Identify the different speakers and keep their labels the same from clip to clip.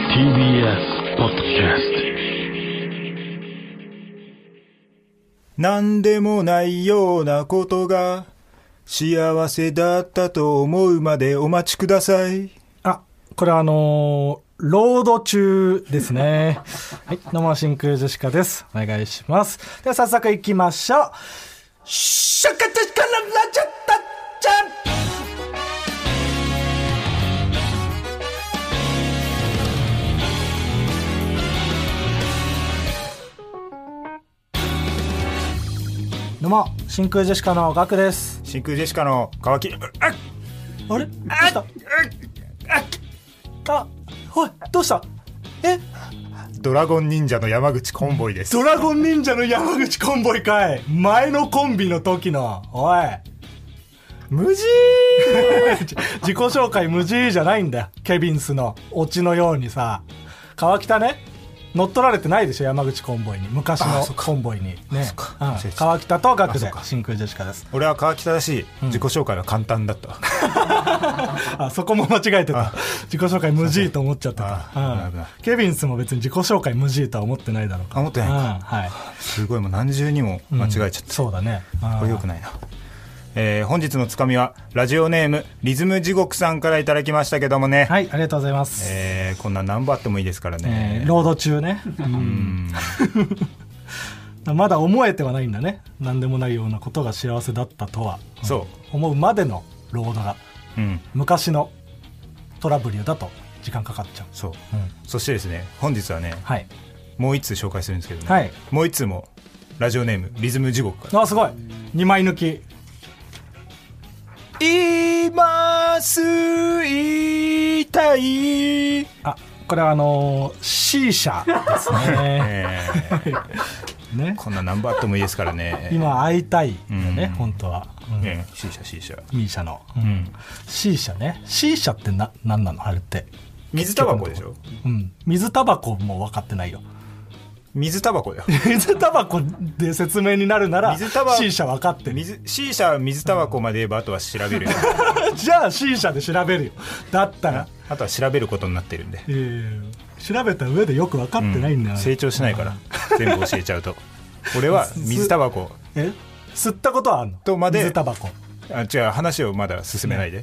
Speaker 1: TBS ポッドキャス
Speaker 2: 何でもないようなことが幸せだったと思うまでお待ちください。
Speaker 3: あ、これはあのーロード中ですね。はい、どうも真空ジェシカです。お願いします。では早速行きましょう。シャカジェシカララジャタッチャンどうも真空ジェシカのガクです。
Speaker 2: 真空ジェシカの乾き、あ
Speaker 3: あれどうしたあ、おい、どうしたえ
Speaker 2: ドラゴン忍者の山口コンボイです。
Speaker 3: ドラゴン忍者の山口コンボイかい前のコンビの時の、おい。 無事自己紹介無事じゃないんだよ。ケビンスのオチのようにさ。川北ね、乗っ取られてないでしょ、山口コンボイに。昔のコンボイに。ね。うん
Speaker 2: 失礼し
Speaker 3: 川北と学で、真空ジェシカです。
Speaker 2: 俺は川北だし、自己紹介は簡単だった。
Speaker 3: あ、そこも間違えてた。自己紹介無事と思っちゃって
Speaker 2: あ
Speaker 3: た。
Speaker 2: あ
Speaker 3: う
Speaker 2: 危ない
Speaker 3: んケビンスも別に自己紹介無事とは思ってないだろうから。
Speaker 2: あ思ってない
Speaker 3: うん、
Speaker 2: か
Speaker 3: はい。
Speaker 2: すごいもう何重にも間違えちゃった。
Speaker 3: そうだね。うん
Speaker 2: これ良くないな。えー本日のつかみは、ラジオネーム、リズム地獄さんからいただきましたけどもね。
Speaker 3: はい、ありがとうございます。
Speaker 2: えーこんな何番あってもいいですから
Speaker 3: え
Speaker 2: ね
Speaker 3: ー。ロード中ね。 まだ思えてはないんだね。何でもないようなことが幸せだったとは。
Speaker 2: そ
Speaker 3: 思うまでのロードが。
Speaker 2: う。うん。
Speaker 3: 昔のトラブルだと時間かかっちゃう。
Speaker 2: そう。
Speaker 3: うん
Speaker 2: そしてですね、本日はね、
Speaker 3: はい。
Speaker 2: もう一通紹介するんですけどね、
Speaker 3: はい
Speaker 2: もう一通もラジオネームリズム地獄から
Speaker 3: あ、すごい。2枚抜き。
Speaker 2: 「いますいたい」
Speaker 3: あ、これはあのー、C 社で すね。
Speaker 2: えー
Speaker 3: ね。
Speaker 2: こんなナンバーあってもいいですからね
Speaker 3: 今会いたいんだね、
Speaker 2: うん
Speaker 3: 本当は。うん
Speaker 2: ね C 社 C 社
Speaker 3: E 社の、うん
Speaker 2: ん
Speaker 3: C 社ね C 社ってな何なのあれって
Speaker 2: 水タバコでしょ
Speaker 3: うん水タバコも分かっ てないよ
Speaker 2: 水タバコだよ
Speaker 3: 水タバコで説明になるなら
Speaker 2: 水タバ
Speaker 3: C 社分かってる
Speaker 2: 水 C 社水タバコまで言えばあとは調べるよ
Speaker 3: じゃあ C 社で調べるよだったら、
Speaker 2: あとは調べることになってるんで、
Speaker 3: えー調べた上でよく分かってないんだよ、
Speaker 2: うん成長しないから全部教えちゃうと俺は水タバコ
Speaker 3: え吸ったことはあるの
Speaker 2: とまで
Speaker 3: 水タバコも
Speaker 2: あ違う話をまだ進めないで
Speaker 3: う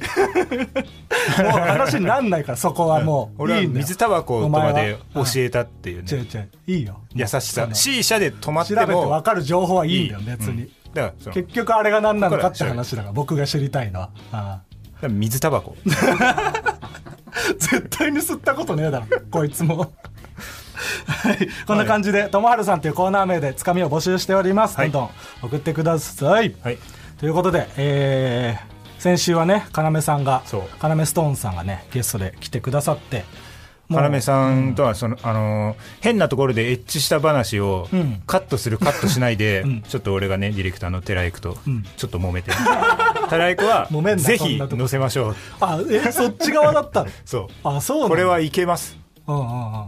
Speaker 3: 話になんないからそこはもう
Speaker 2: 俺はい
Speaker 3: いんだよ
Speaker 2: 水タバコとまで
Speaker 3: お前
Speaker 2: 教
Speaker 3: は
Speaker 2: えたっていうね
Speaker 3: 違う違ういいよ
Speaker 2: 優しさ
Speaker 3: の
Speaker 2: C 社で止まって
Speaker 3: 調
Speaker 2: も
Speaker 3: べて分かる情報はいいんだよ
Speaker 2: いい
Speaker 3: 別に、
Speaker 2: うんだからそのだ
Speaker 3: 結局あれが何なのかって話だから僕が知りたいのはああ
Speaker 2: から水タバコ
Speaker 3: 絶対に吸ったことねえだろ こいつもはいこんな感じで「ともはるさん」というコーナー名でつかみを募集しております、
Speaker 2: はい
Speaker 3: どんどん送ってください、
Speaker 2: はい
Speaker 3: ということでえー先週はね要さんが
Speaker 2: そう
Speaker 3: 要ストーンさんがねゲストで来てくださってもう
Speaker 2: 要さんとはその、あのー変なところでエッチした話を
Speaker 3: ん
Speaker 2: カットするカットしない で、ちょっと俺がねディレクターの寺井君とちょっと揉めて、寺井君は
Speaker 3: 揉めんな
Speaker 2: ぜ
Speaker 3: そん
Speaker 2: ひ
Speaker 3: なとこ
Speaker 2: 載せましょう
Speaker 3: あえそっち側だったの
Speaker 2: そう
Speaker 3: あ そうなの
Speaker 2: これはいけます
Speaker 3: うんうんうん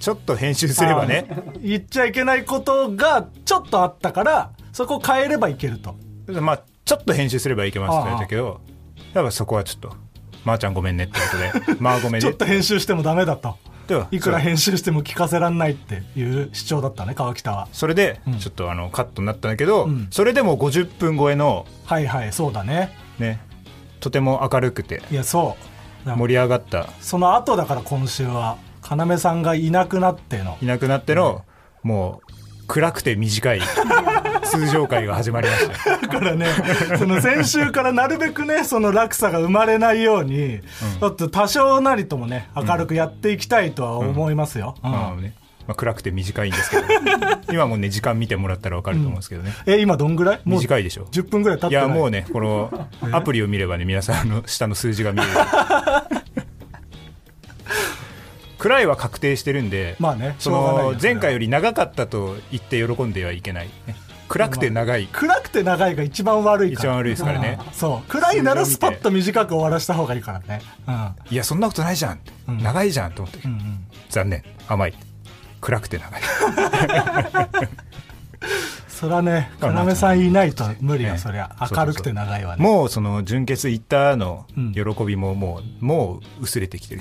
Speaker 2: ちょっと編集すればね
Speaker 3: あー言っちゃいけないことがちょっとあったからそこ変えればいけると
Speaker 2: まあちょっと編集すればいけますって言われたけどやっぱそこはちょっと「まー、ちゃんごめんね」ってことで「まあごめん
Speaker 3: ち
Speaker 2: ね」
Speaker 3: ょっと編集してもダメだと
Speaker 2: ではい
Speaker 3: くら編集しても聞かせらんないっていう主張だったね川北は
Speaker 2: それでちょっとあのカットになったんだけど、それでも50分超えの
Speaker 3: はいはいそうだね
Speaker 2: ねとても明るくて
Speaker 3: いやそうだから
Speaker 2: 盛り上がった
Speaker 3: その後だから今週は要さんがいなくなっての
Speaker 2: いなくなっての、もう暗くて短 い通常会が始まりました
Speaker 3: だからねその先週からなるべくねその落差が生まれないように、ちょっと多少なりともね明るくやっていきたいとは思いますよ、うん
Speaker 2: まあねまあ、暗くて短いん ですけど今もね時間見てもらったら分かると思うんですけどね、
Speaker 3: え今どんぐらいもう
Speaker 2: 短いでしょ
Speaker 3: 10分ぐらい経っ
Speaker 2: い
Speaker 3: てない
Speaker 2: やもうねこのアプリを見ればね皆さんあの下の数字が見える暗いは確定してるんで、
Speaker 3: まあね
Speaker 2: そ
Speaker 3: しょうがない
Speaker 2: の
Speaker 3: ですね
Speaker 2: 前回より長かったと言って喜んではいけないね暗くて長い
Speaker 3: 暗くて長いが一番悪いか
Speaker 2: 一
Speaker 3: ら
Speaker 2: 番悪いですからね
Speaker 3: うんそう暗いならスパッと短く終わらした方がいいからね
Speaker 2: いやそんなことないじゃんって、
Speaker 3: うん
Speaker 2: 長いじゃんと思って、
Speaker 3: うん、うんうん、
Speaker 2: 残念甘い暗くて長い
Speaker 3: そらね
Speaker 2: まあ
Speaker 3: 要さんいないと無理
Speaker 2: え
Speaker 3: よ
Speaker 2: え
Speaker 3: そりゃ
Speaker 2: そうそうそう
Speaker 3: 明るくて長いわね
Speaker 2: もうその純潔行ったの
Speaker 3: うん
Speaker 2: 喜びももう、もう薄れてき てる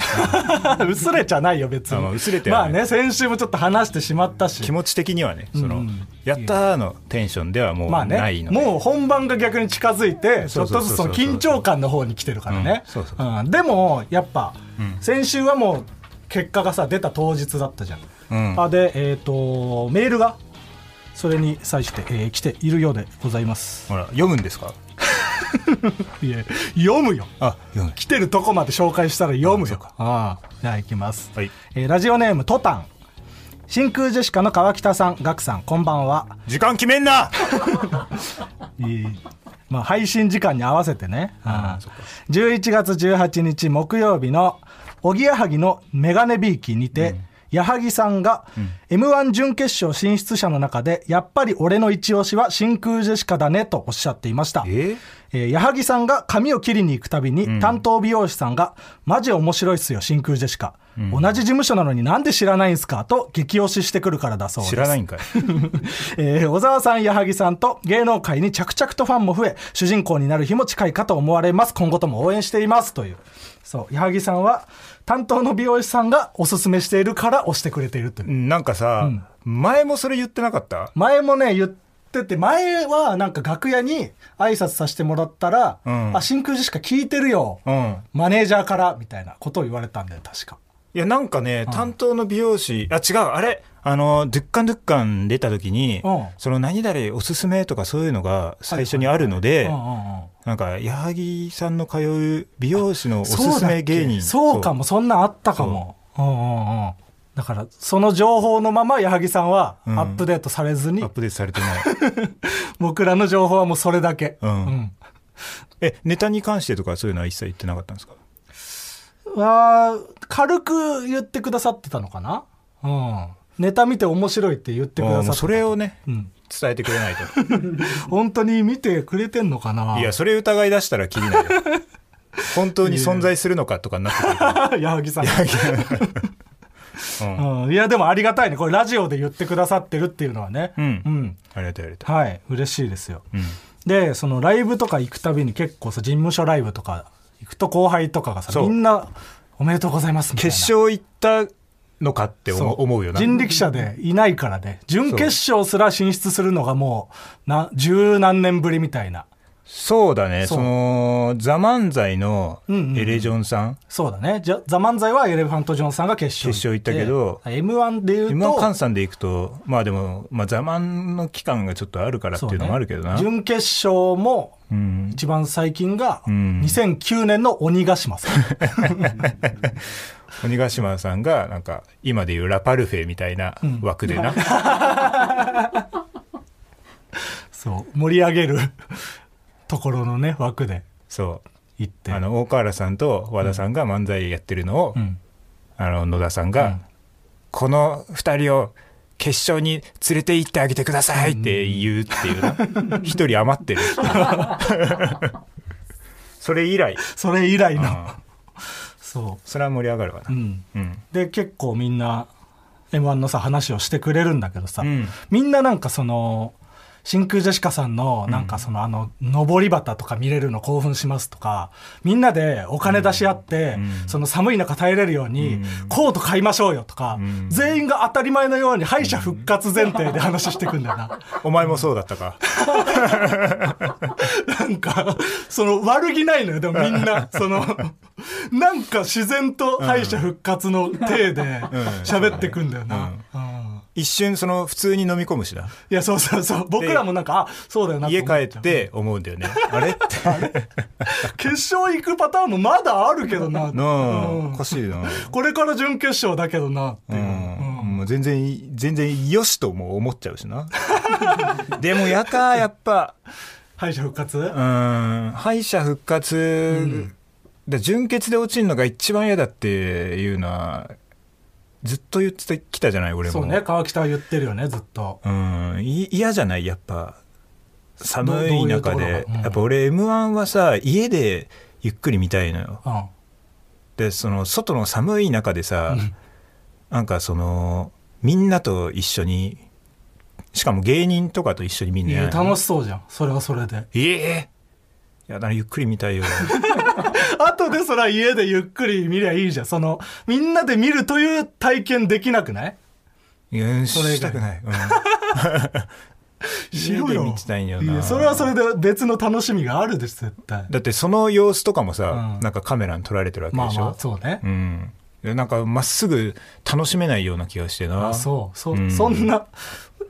Speaker 3: 薄れちゃないよ別
Speaker 2: あまあ
Speaker 3: に
Speaker 2: 薄れて
Speaker 3: ま
Speaker 2: は
Speaker 3: あ
Speaker 2: ない
Speaker 3: ね先週もちょっと話してしまったし
Speaker 2: 気持ち的にはねその、
Speaker 3: うん
Speaker 2: やったーのテンションではもう
Speaker 3: まあ
Speaker 2: ない
Speaker 3: ね
Speaker 2: ので、
Speaker 3: もう本番が逆に近づいてち
Speaker 2: そ
Speaker 3: ょ
Speaker 2: う
Speaker 3: っ
Speaker 2: そうそ
Speaker 3: と
Speaker 2: う
Speaker 3: ずつ
Speaker 2: そ
Speaker 3: そうの緊張感の方に来てるからね
Speaker 2: うんそうそう
Speaker 3: うんでもやっぱ
Speaker 2: うん
Speaker 3: 先週はもう結果がさ出た当日だったじゃん
Speaker 2: うん
Speaker 3: あでえっとメールがそれに際してえー来ているようでございます
Speaker 2: ほら読むんですか
Speaker 3: いえ読むよ
Speaker 2: あ読む
Speaker 3: 来てるとこまで紹介したら読む
Speaker 2: あそう
Speaker 3: よ
Speaker 2: か
Speaker 3: ああじゃあ行きます
Speaker 2: はい
Speaker 3: えーラジオネームトタン真空ジェシカの川北さんガクさんこんばんは
Speaker 2: 時間決めん な
Speaker 3: いいまあ、配信時間に合わせてね、うん
Speaker 2: あーそっか
Speaker 3: 11月18日木曜日のおぎやはぎのメガネビーキにて、矢作さんが m 1準決勝進出者の中でやっぱり俺の一押しは真空ジェシカだねとおっしゃっていました
Speaker 2: え
Speaker 3: えー矢作さんが髪を切りに行くたびに、担当美容師さんが「マジ面白いっすよ真空ジェシカ、同じ事務所なのになんで知らないんすか?」と激推ししてくるからだそうで
Speaker 2: 知
Speaker 3: す
Speaker 2: らないんかい
Speaker 3: えー小沢さん、矢作さんと芸能界に着々とファンも増え、主人公になる日も近いかと思われます。今後とも応援しています。という。そう、矢作さんは、担当の美容師さんがおすすめしているから押してくれているという
Speaker 2: う。 んなんかさ、前もそれ言ってなかった
Speaker 3: 前もね、言ってて、前はなんか楽屋に挨拶させてもらったら、
Speaker 2: うん
Speaker 3: あ、真空ジェシカ聞いてるよ。
Speaker 2: うん
Speaker 3: マネージャーから、みたいなことを言われたんだよ、確か。
Speaker 2: いやなんかね、担当の美容師あ違うあれあのドゥッカンドゥッカン出た時に、
Speaker 3: うん
Speaker 2: その何々おすすめとかそういうのが最初にあるので、
Speaker 3: うんうんうん
Speaker 2: なんか矢作さんの通う美容師のお
Speaker 3: そうだ
Speaker 2: す
Speaker 3: っ
Speaker 2: す
Speaker 3: け
Speaker 2: め芸人
Speaker 3: そうかもそんなんあったかもうんうんうんだからその情報のまま矢作さんはア
Speaker 2: うん
Speaker 3: ップデートされずに、
Speaker 2: アップデートされて ない
Speaker 3: 僕らの情報はもうそれだけ
Speaker 2: うんえネタに関してとかそういうのは一切言ってなかったんですか
Speaker 3: うんわー軽く言ってくださってたのかなうんネタ見て面白いって言ってく
Speaker 2: あ
Speaker 3: だ
Speaker 2: ーも
Speaker 3: さ
Speaker 2: う
Speaker 3: って
Speaker 2: それをね
Speaker 3: うん、
Speaker 2: 伝えてくれないと
Speaker 3: 本当に見てくれてんのかない
Speaker 2: やそれ疑い出したらきりないよ本当に存在するのかとかになってくるか
Speaker 3: 矢作さん
Speaker 2: ら、うん、あ
Speaker 3: うん、いやでもありがたいねこれラジオで言ってくださってるっていうのはね
Speaker 2: うん
Speaker 3: うん、
Speaker 2: りがとうありがとう
Speaker 3: はい嬉しいですよ
Speaker 2: うん
Speaker 3: でそのライブとか行くたびに結構さ事務所ライブとか行くと後輩とかがさ
Speaker 2: そ
Speaker 3: み
Speaker 2: うん
Speaker 3: なおめでとうございますみたいな
Speaker 2: 決勝行ったのかって思
Speaker 3: そう
Speaker 2: 思うよな
Speaker 3: 人力車でいないからね準決勝すら進出するのがもうな十何年ぶりみたいな
Speaker 2: そうだね
Speaker 3: そう
Speaker 2: その「ザ漫才の
Speaker 3: うんうんうん
Speaker 2: エレジョンさん、
Speaker 3: そうだねじゃ「ザ漫才はエレファント・ジョンさんが決勝
Speaker 2: 決勝行ったけど
Speaker 3: m 1でいう
Speaker 2: 今
Speaker 3: と
Speaker 2: 換算で行くとまあでも、まあ、ザ漫の期間がちょっとあるからって
Speaker 3: そう
Speaker 2: い
Speaker 3: ね
Speaker 2: うのもあるけどなう,、
Speaker 3: 準決勝も
Speaker 2: ん
Speaker 3: 一番最近が
Speaker 2: うん
Speaker 3: 2009年の鬼ヶ島さん、
Speaker 2: 鬼ヶ島さんがなんか今でいうラパルフェみたいな枠で な、
Speaker 3: そう盛り上げるところのね枠で
Speaker 2: そう
Speaker 3: 行って
Speaker 2: あの大河原さんと和田さんが漫才やってるのを、
Speaker 3: うん
Speaker 2: あの野田さんが、
Speaker 3: うん
Speaker 2: この二人を決勝に連れて行ってあげてくださいって言うっていう な一、人余ってるそれ以来
Speaker 3: それ以来の、
Speaker 2: あ
Speaker 3: そ
Speaker 2: それは盛り上がるわ
Speaker 3: う、う
Speaker 2: な、
Speaker 3: ん、
Speaker 2: うん
Speaker 3: で結構みんな m 1のさ話をしてくれるんだけどさ、
Speaker 2: うん
Speaker 3: みんななんかその真空ジェシカさんのなんかそのあの上り旗とか見れるの興奮しますとかみんなでお金出し合って
Speaker 2: うん
Speaker 3: その寒い中耐えれるよう
Speaker 2: う
Speaker 3: に
Speaker 2: ん
Speaker 3: コート買いましょうよとか
Speaker 2: うん
Speaker 3: 全員が当たり前のように敗者復活前提で話してくんだよな
Speaker 2: お前もそうだったか
Speaker 3: なんかその悪気ないのよでもみん なそのなんか自然と敗者復活の体で喋ってくんだよな。うん
Speaker 2: 一瞬その普通に飲み込むしない
Speaker 3: や、そうそうそう。僕らもなんか、あ、そうだよな
Speaker 2: 家
Speaker 3: 思
Speaker 2: 帰
Speaker 3: ちゃ
Speaker 2: っ
Speaker 3: う、
Speaker 2: て思うんだよね あれって
Speaker 3: 決勝行くパターンもまだあるけどな。
Speaker 2: の
Speaker 3: うん
Speaker 2: おかしいな
Speaker 3: これから準決勝だけどな、っ
Speaker 2: う
Speaker 3: ていう。
Speaker 2: んもう全然全然よしとも思っちゃうし なでもやかやっぱ
Speaker 3: 敗者復活、
Speaker 2: うん敗者復活、で純潔で落ちるのが一番嫌だっていうのはずっと言ってきたじゃない俺も
Speaker 3: そうね、川北は言ってるよね、ずっと。
Speaker 2: うんい嫌じゃないやっぱ寒
Speaker 3: どう
Speaker 2: い
Speaker 3: いう
Speaker 2: 中
Speaker 3: ところが
Speaker 2: で
Speaker 3: うん
Speaker 2: やっぱ俺 m 1はさ家でゆっくり見たいのよ
Speaker 3: うん。
Speaker 2: でその外の寒い中でさ、なんかそのみんなと一緒にしかも芸人とかと一緒に見ん
Speaker 3: い
Speaker 2: の
Speaker 3: や
Speaker 2: や
Speaker 3: 楽しそうじゃんそれはそれ で
Speaker 2: ええいやだからゆっくり見たい よ
Speaker 3: あとでそら家でゆっくり見りゃいいじゃんそのみんなで見るという体験できなくない
Speaker 2: いや
Speaker 3: それ以外
Speaker 2: したくない、うん、
Speaker 3: しろよ
Speaker 2: 家で見てたいんだよない
Speaker 3: やそれはそれで別の楽しみがあるでしょ絶対
Speaker 2: だってその様子とかもさ、
Speaker 3: うん
Speaker 2: なんかカメラに撮られてるわけ
Speaker 3: ま
Speaker 2: で
Speaker 3: あ
Speaker 2: しょ、
Speaker 3: まあそうね、
Speaker 2: うんでなんかまっすぐ楽しめないような気がしてな
Speaker 3: あそうそ,、
Speaker 2: うん
Speaker 3: そんな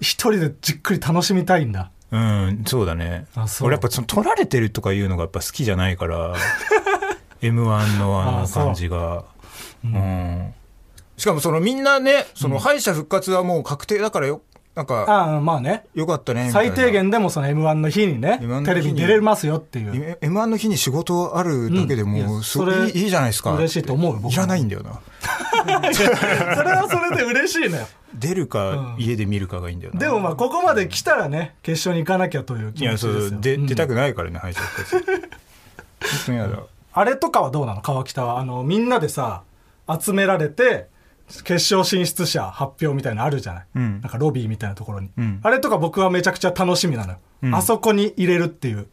Speaker 3: 一人でじっくり楽しみたいんだ
Speaker 2: うんそうだね
Speaker 3: あそう
Speaker 2: 俺やっぱその撮られてるとかいうのがやっぱ好きじゃないから m 1のあ
Speaker 3: あ
Speaker 2: の
Speaker 3: そう
Speaker 2: 感じがうん、しかもそのみんなねその敗者復活はもう確定だからよなんか
Speaker 3: ああまあね
Speaker 2: よかったねみたい
Speaker 3: 最
Speaker 2: な
Speaker 3: 低限でもその m 1の日にね
Speaker 2: M1 の日に
Speaker 3: テレビに出れますよっていう
Speaker 2: M1 の日に仕事あるだけで
Speaker 3: うんい
Speaker 2: も
Speaker 3: や
Speaker 2: うすごい
Speaker 3: それ
Speaker 2: いいいいじゃないですか
Speaker 3: 嬉しいと思う僕も
Speaker 2: いらないんだよな
Speaker 3: それはそれで嬉しいのよ
Speaker 2: 出るか
Speaker 3: うん
Speaker 2: 家で見るかがいいんだよな
Speaker 3: でもまあここまで来たらね決勝に行かなきゃという気
Speaker 2: い
Speaker 3: 持
Speaker 2: や
Speaker 3: ち
Speaker 2: そ
Speaker 3: ですよ
Speaker 2: うで
Speaker 3: うん
Speaker 2: 出たくないからね敗者復活本当にや だ
Speaker 3: あれとかはどうなの川北はあのみんなでさ集められて決勝進出者発表みたいなのあるじゃない、
Speaker 2: うん
Speaker 3: なんかロビーみたいなところに、
Speaker 2: うん
Speaker 3: あれとか僕はめちゃくちゃ楽しみなのよ、
Speaker 2: うん
Speaker 3: あそこに入れるっていう、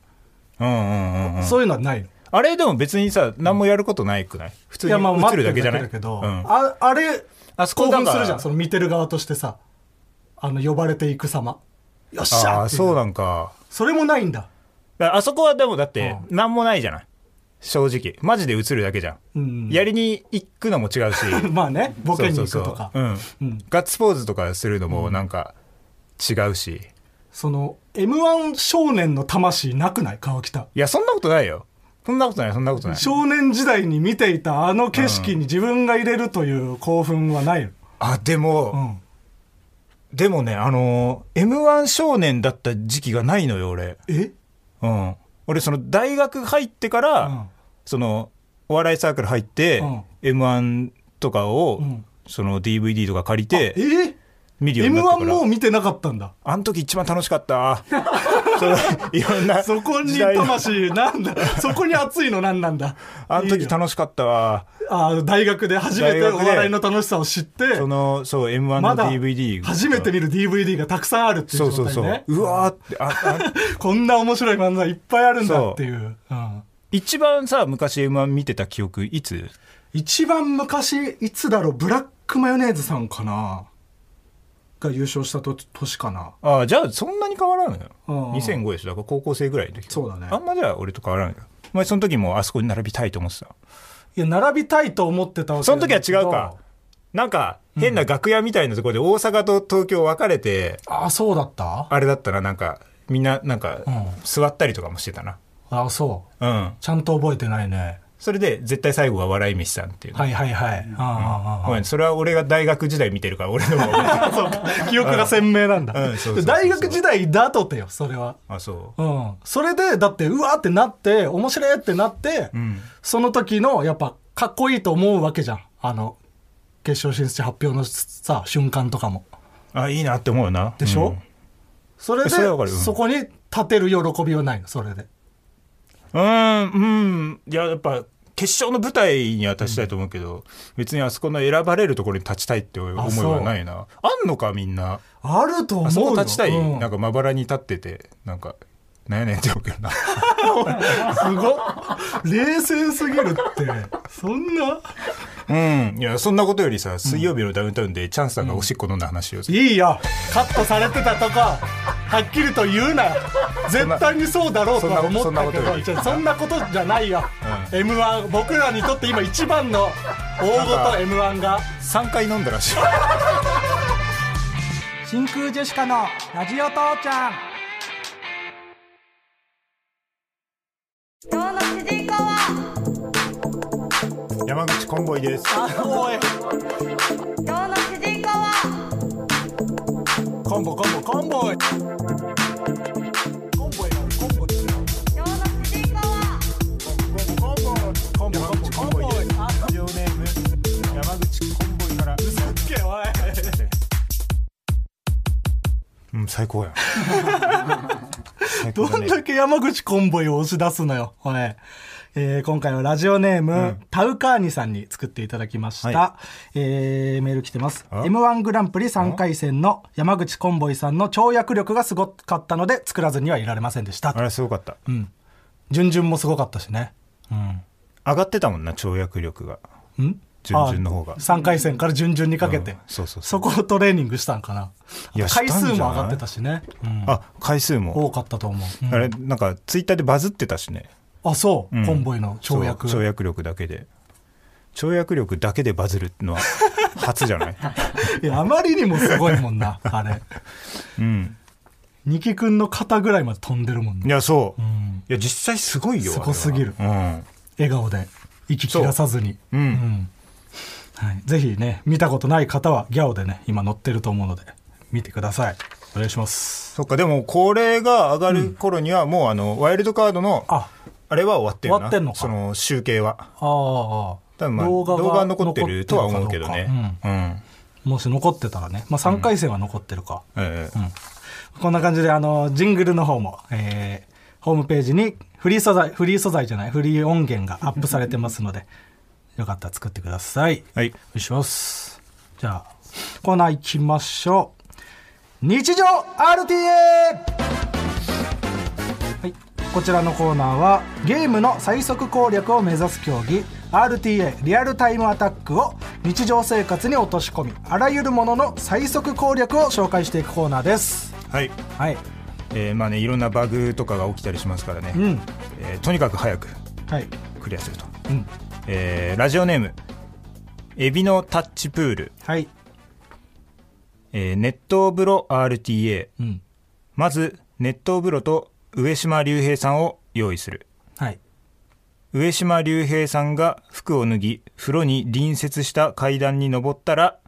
Speaker 2: うんうんうんうん
Speaker 3: そういうのはないの
Speaker 2: あれでも別にさ何もやることないくない普通に
Speaker 3: いやまあ待
Speaker 2: 映る
Speaker 3: って
Speaker 2: だけ
Speaker 3: るだけ
Speaker 2: じゃない
Speaker 3: だけど、
Speaker 2: うん
Speaker 3: ああれ
Speaker 2: あそこ
Speaker 3: 興奮
Speaker 2: だ
Speaker 3: するじ
Speaker 2: か
Speaker 3: ゃん
Speaker 2: ら
Speaker 3: その見てる側としてさあの呼ばれていく様よっし
Speaker 2: あ
Speaker 3: ゃ
Speaker 2: あ
Speaker 3: ってい
Speaker 2: そうなんか
Speaker 3: それもないんだ
Speaker 2: だからあそこはでもだって
Speaker 3: う
Speaker 2: 何もないじゃない正直マジで映るだけじゃ
Speaker 3: うんん
Speaker 2: やりに行くのも違うし
Speaker 3: まあね ボケに行くとか
Speaker 2: そう
Speaker 3: そ
Speaker 2: そうそううん
Speaker 3: うん
Speaker 2: ガッツポーズとかするのもなんか違うし
Speaker 3: の m 1少年の魂なくない川北
Speaker 2: いやそんなことないよそんなことないそんなことない
Speaker 3: 少年時代に見ていたあの景色に自分が入れるという興奮はないの、
Speaker 2: あでも、
Speaker 3: うん、
Speaker 2: でもねあの m 1少年だった時期がないのよ俺
Speaker 3: え、
Speaker 2: うん俺その大学入ってから、
Speaker 3: うん
Speaker 2: そのお笑いサークル入って、
Speaker 3: うん
Speaker 2: m 1とかを、
Speaker 3: うん
Speaker 2: その DVD とか借り
Speaker 3: え
Speaker 2: て見るように
Speaker 3: m
Speaker 2: なったか
Speaker 3: 1
Speaker 2: ら
Speaker 3: もう見てなかったんだ
Speaker 2: あの時一番楽しかった そのいろんな
Speaker 3: そこに
Speaker 2: 時代の
Speaker 3: 魂なんだそこに熱いの 何なんだ
Speaker 2: あの
Speaker 3: いい
Speaker 2: 時
Speaker 3: よ
Speaker 2: 楽しかったわ
Speaker 3: あー大学で初めて
Speaker 2: 大
Speaker 3: お
Speaker 2: 学で
Speaker 3: 笑いの楽しさを知って
Speaker 2: そのそう m 1
Speaker 3: ま
Speaker 2: の
Speaker 3: だ
Speaker 2: DVD
Speaker 3: 初めて見る DVD がたくさんあるっていう
Speaker 2: そう
Speaker 3: 状態ね
Speaker 2: そうそううわーってああ
Speaker 3: こんな面白い漫才いっぱいあるんだっていううん
Speaker 2: 一番さ昔 m 1見てた記憶いつ
Speaker 3: 一番昔いつだろうブラックマヨネーズさんかなが優勝したと年かな
Speaker 2: ああじゃあそんなに変わらんのよ
Speaker 3: うん
Speaker 2: 2005でしょだから高校生ぐらいの時
Speaker 3: そうだね
Speaker 2: あんまじゃあ俺と変わらんよお前その時もあそこに並びたいと思ってた
Speaker 3: いや並びたいと思ってたわけ
Speaker 2: その時
Speaker 3: だ
Speaker 2: は
Speaker 3: けど
Speaker 2: 違うかなんか変な楽屋みたいなところで大阪と東京分かれて、
Speaker 3: ああそうだった
Speaker 2: あれだったらなんかみんななんか
Speaker 3: うん
Speaker 2: 座ったりとかもしてたな
Speaker 3: ああそう
Speaker 2: うん
Speaker 3: ちゃんと覚えてないね
Speaker 2: それで絶対最後は笑い飯さんっていうの、
Speaker 3: はいはいはい、ああああああ
Speaker 2: ごめんそれは俺が大学時代見てるから俺のも
Speaker 3: そうか記憶が鮮明なんだ
Speaker 2: うんうんそうそうそう
Speaker 3: 大学時代だとてよそれは
Speaker 2: あそ
Speaker 3: うんそれでだってうわーってなって面白いってなって、
Speaker 2: ううん
Speaker 3: その時のやっぱかっこいいと思うわけじゃんあの決勝進出者発表のさ瞬間とかも
Speaker 2: あいいなって思うよな
Speaker 3: でしょ、
Speaker 2: うん
Speaker 3: それで
Speaker 2: えそれはわかるうん
Speaker 3: そこに立てる喜びはないのそれで
Speaker 2: うーん、うん。いや、やっぱ、決勝の舞台には立ちたいと思うけど、別にあそこの選ばれるところに立ちたいって思い
Speaker 3: あそう
Speaker 2: はないな。あんのか、みんな。
Speaker 3: あると思うよ
Speaker 2: あそこ立ちたい、
Speaker 3: うん
Speaker 2: なんかまばらに立ってて、なんか、なんやねんって思うけど な。
Speaker 3: すごっ冷静すぎるってそんな
Speaker 2: うん。いや、そんなことよりさ、水曜日のダウンタウンでチャンスさんがおしっこ飲んだ話を、
Speaker 3: いいよカットされてたとかはっきりと言うなよ絶対にそうだろうとは思
Speaker 2: そ
Speaker 3: っ
Speaker 2: んな
Speaker 3: たけど
Speaker 2: そんなことより
Speaker 3: じゃあそんなことじゃないよ、
Speaker 2: う
Speaker 3: m 1僕らにとって今一番の大事 m 1が
Speaker 2: 3回飲んだらしい。
Speaker 3: 真空ジェシカのラジオ父ちゃん
Speaker 4: 今日の主人公は
Speaker 2: 山口コンボイです。
Speaker 3: あおい
Speaker 4: 今日の主人公は
Speaker 3: コンボコンボコンボコンボコンボ
Speaker 4: 今日の主人公は
Speaker 2: コンボコンボコンボイです。ラジオネーム、山口コンボイから。
Speaker 3: つけおい
Speaker 2: うん、最高やん。最高だ
Speaker 3: どん
Speaker 2: ね
Speaker 3: だけ山口コンボイを押し出すのよおいえー今回はラジオネーム、
Speaker 2: ん
Speaker 3: タウカーニさんに作っていただきました、
Speaker 2: は
Speaker 3: えーメール来てます
Speaker 2: あ
Speaker 3: m 1グランプリ3回戦の山口コンボイさんの跳躍力がすごかったので作らずにはいられませんでした
Speaker 2: あれすごかった
Speaker 3: うん準々もすごかったしねうん
Speaker 2: 上がってたもんな跳躍力が
Speaker 3: うん
Speaker 2: 準々の方が
Speaker 3: 3回戦から準々にかけて、
Speaker 2: うんそうそうそ
Speaker 3: そうこをトレーニングしたんかない
Speaker 2: や
Speaker 3: 回数
Speaker 2: し
Speaker 3: も
Speaker 2: たんじゃな
Speaker 3: 上
Speaker 2: い
Speaker 3: がってたしね、うん
Speaker 2: あ回数も
Speaker 3: 多かったと思う、うん
Speaker 2: あれなんかツイッターでバズってたしね
Speaker 3: あそう、
Speaker 2: うん
Speaker 3: コンボイの跳躍
Speaker 2: そう跳躍力だけで跳躍力だけでバズる のは初じゃない
Speaker 3: いやあまりにもすごいもん なあれ
Speaker 2: うん
Speaker 3: ニキ君の肩ぐらいまで飛んでるもん
Speaker 2: い
Speaker 3: ね
Speaker 2: やそう、
Speaker 3: う
Speaker 2: い
Speaker 3: ん
Speaker 2: や実際すごいよ
Speaker 3: すごすぎる
Speaker 2: あれは
Speaker 3: 笑顔で息切らさずに
Speaker 2: うん、うん
Speaker 3: うんはい、ぜひね見たことない方はギャオでね今載ってると思うので見てくださいお願いします
Speaker 2: そっかでもこれが上がる頃にはもうあのワイルドカードの
Speaker 3: あ
Speaker 2: あれは終わってるな
Speaker 3: 終わってんのか
Speaker 2: その集計は
Speaker 3: ああ
Speaker 2: 多分、まあ、動
Speaker 3: 動
Speaker 2: 画
Speaker 3: 画が
Speaker 2: は残ってるとは思うけど
Speaker 3: 残ってるかど
Speaker 2: ね
Speaker 3: う
Speaker 2: うん、
Speaker 3: もし残ってたらね、まあ、3回戦は残ってるか、
Speaker 2: ええ
Speaker 3: こんな感じであのジングルの方も、えーホームページにフリー素材フリー素材じゃないフリー音源がアップされてますのでよかったら作ってください
Speaker 2: はい
Speaker 3: お願いしますじゃあコーナー行きましょう日常 RTA はい、こちらのコーナーはゲームの最速攻略を目指す競技 RTA リアルタイムアタックを日常生活に落とし込みあらゆるものの最速攻略を紹介していくコーナーです
Speaker 2: はい
Speaker 3: はい
Speaker 2: えーまあねいろんなバグとかが起きたりしますからね、
Speaker 3: うん
Speaker 2: えーとにかく早く
Speaker 3: はい
Speaker 2: クリアすると、
Speaker 3: うん
Speaker 2: えーラジオネームエビのタッチプール、
Speaker 3: はい
Speaker 2: えー、熱湯風呂 RTA
Speaker 3: うん
Speaker 2: まず熱湯風呂と上島竜兵さんを用意する
Speaker 3: はい
Speaker 2: 上島竜兵さんが服を脱ぎ風呂に隣接した階段に登ったら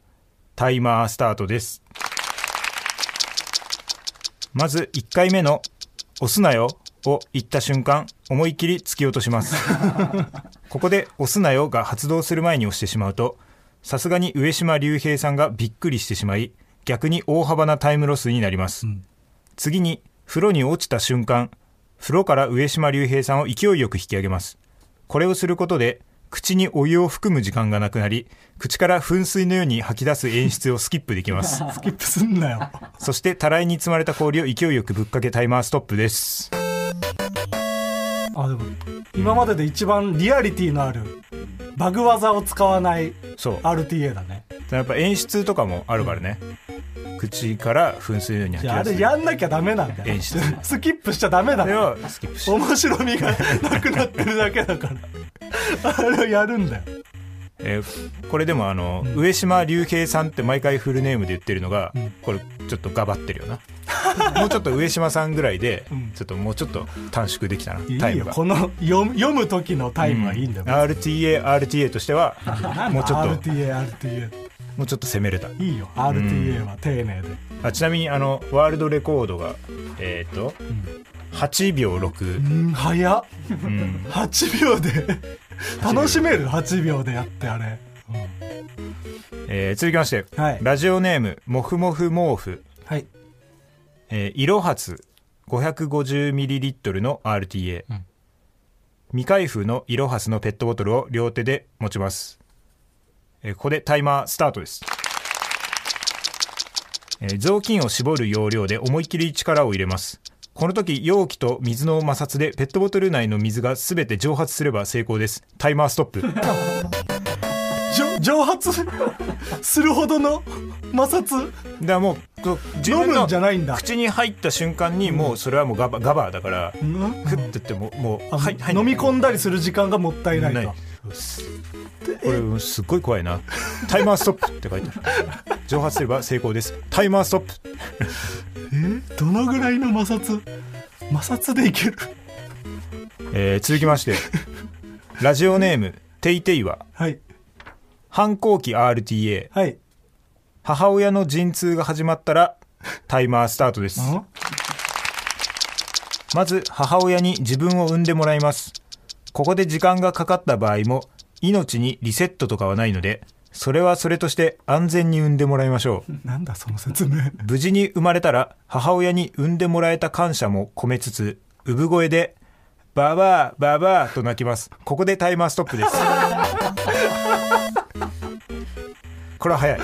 Speaker 2: タイマースタートですまず1回目の「押すなよ」を言った瞬間思い切り突き落としますここで「押すなよ」が発動する前に押してしまうとさすがに上島竜兵さんがびっくりしてしまい逆に大幅なタイムロスになります、
Speaker 3: ん
Speaker 2: 次に風呂に落ちた瞬間風呂から上島竜兵さんを勢いよく引き上げますこれをすることで口にお湯を含む時間がなくなり口から噴水のように吐き出す演出をスキップでき ます
Speaker 3: スキップすんなよ
Speaker 2: そしてたらいに積まれた氷を勢いよくぶっかけタイマーストップです
Speaker 3: あでも今までで一番リアリティのあるバグ技を使わない
Speaker 2: そう
Speaker 3: RTA だね
Speaker 2: やっぱ演出とかもあるからね、口から噴水のように
Speaker 3: い
Speaker 2: 吐
Speaker 3: やあ
Speaker 2: き出
Speaker 3: れ
Speaker 2: す
Speaker 3: やんなきゃダメなんだよ
Speaker 2: 演出
Speaker 3: スキップしちゃダメな
Speaker 2: あ
Speaker 3: の
Speaker 2: れはスキップし
Speaker 3: 面白みがなくなってるだけだからあれをやるんだよ
Speaker 2: えーこれでもあの、上島竜兵さんって毎回フルネームで言ってるのが、これちょっとガバってるよ なもうちょっと上島さんぐらいで、ちょっともうちょっと短縮できたないタイ
Speaker 3: い
Speaker 2: ム
Speaker 3: よ
Speaker 2: が
Speaker 3: この読む読む時のタイムはいいんだよ、
Speaker 2: RTARTA としてはもうちょっと
Speaker 3: RTARTA
Speaker 2: もうちょっと攻めれた
Speaker 3: いいよ RTA は丁寧で、
Speaker 2: あちなみにあのワールドレコードがえっ、と、8秒6、
Speaker 3: うん、早っ
Speaker 2: うん
Speaker 3: 8秒で楽しめる8秒でやってあれ
Speaker 2: えー続きまして、
Speaker 3: はい
Speaker 2: ラジオネームもふもふ毛布
Speaker 3: はい
Speaker 2: えー、イロハツ 550ml の RTA、
Speaker 3: うん
Speaker 2: 未開封のイロハスのペットボトルを両手で持ちます、えーここでタイマースタートです、えー雑巾を絞る要領で思いっきり力を入れますこの時容器と水の摩擦でペットボトル内の水が全て蒸発すれば成功ですタイマーストッ プ
Speaker 3: じょ蒸発するほどの摩擦
Speaker 2: でもうこう自
Speaker 3: 飲
Speaker 2: 分
Speaker 3: む
Speaker 2: の
Speaker 3: んじゃないんだ、
Speaker 2: 口に入った瞬間にもうそれはもうガバガバだから、
Speaker 3: うん
Speaker 2: ふってってもうもう、
Speaker 3: あ
Speaker 2: はいはい
Speaker 3: 飲み込んだりする時間がもったいないと
Speaker 2: これすっごい怖いなタイマーストップって書いてある蒸発すれば成功ですタイマーストップ
Speaker 3: えどのぐらいの摩擦摩擦でいける
Speaker 2: えー続きましてラジオネームテイテイは
Speaker 3: はい
Speaker 2: 反抗期 RTA
Speaker 3: はい
Speaker 2: 母親の陣痛が始まったらタイマースタートですまず母親に自分を産んでもらいますここで時間がかかった場合も命にリセットとかはないのでそれはそれとして安全に産んでもらいましょう
Speaker 3: なんだその説明
Speaker 2: 無事に生まれたら母親に産んでもらえた感謝も込めつつ産声でババアババアと泣きますここでタイマーストップです これは早い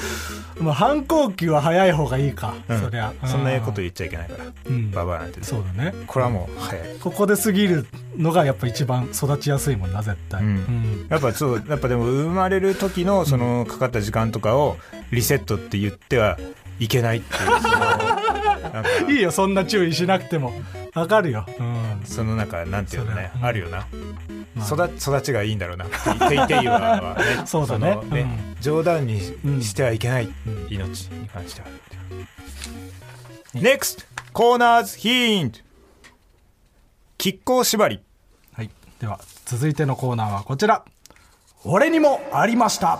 Speaker 3: まあ反抗期は早い方がいいか、
Speaker 2: うん
Speaker 3: そりゃ
Speaker 2: そんなこと
Speaker 3: 言
Speaker 2: 言っちゃいけないから、
Speaker 3: うん
Speaker 2: ババアなんてね
Speaker 3: そうだね
Speaker 2: これはもう早い
Speaker 3: ここで過ぎるのがやっぱ一番育ちやすいもんな絶対、
Speaker 2: うんやっぱそうやっぱでも生まれる時のそのかかった時間とかをリセットって言ってはいけないっていうそのなんか
Speaker 3: うんいいよそんな注意しなくてもわかるよ、うん、
Speaker 2: そのなんかなんていうのね
Speaker 3: それは
Speaker 2: あるよな、
Speaker 3: まあ
Speaker 2: 育育ちがいいんだろうなって言っていていいわはね
Speaker 3: そうだね
Speaker 2: の冗談に
Speaker 3: うん
Speaker 2: してはいけない命に関しては、NEXT コーナーズヒント亀甲縛り
Speaker 3: はい、では続いてのコーナーはこちら俺にもありました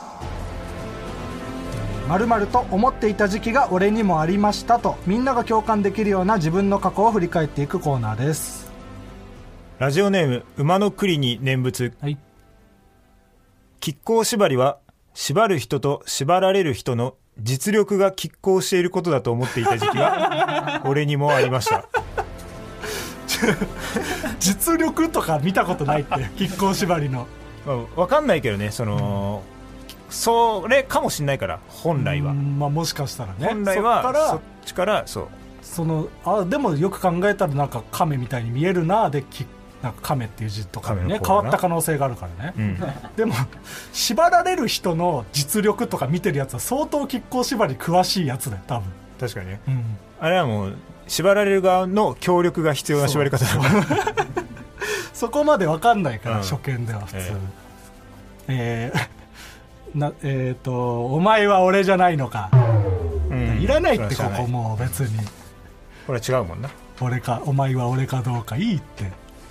Speaker 3: まるまると思っていた時期が俺にもありましたとみんなが共感できるような自分の過去を振り返っていくコーナーです
Speaker 2: ラジオネーム馬の栗に念仏
Speaker 3: はい
Speaker 2: 亀甲縛りは縛る人と縛られる人の実力が拮抗していることだと思っていた時期 が俺にもありました
Speaker 3: 実力とか見たこと ないって亀甲縛りの
Speaker 2: まあ、わかんないけどねその、それかもしんないから本来は、
Speaker 3: うんまあもしかしたらね
Speaker 2: 本来はそっ
Speaker 3: そっから
Speaker 2: ちからそう
Speaker 3: そのあでもよく考えたらなんか亀みたいに見えるなできなんか亀っていう字とか
Speaker 2: 亀
Speaker 3: ね
Speaker 2: の甲だ
Speaker 3: 変
Speaker 2: な
Speaker 3: わった可能性があるからね、
Speaker 2: うん
Speaker 3: でも縛られる人の実力とか見てるやつは相当亀甲縛り詳しいやつだよ多分、
Speaker 2: 確かにねあれはもう縛られる側の協力が必要な縛り方だから
Speaker 3: そこまで分かんないから、
Speaker 2: うん
Speaker 3: 初見では普通
Speaker 2: え
Speaker 3: えー なえっ、と「お前は俺じゃないのか」
Speaker 2: うん
Speaker 3: いらないって
Speaker 2: そ
Speaker 3: こ
Speaker 2: れは知らな
Speaker 3: こ
Speaker 2: い
Speaker 3: もう別に
Speaker 2: これは違うもんな
Speaker 3: 俺かお前は俺かどうかいいって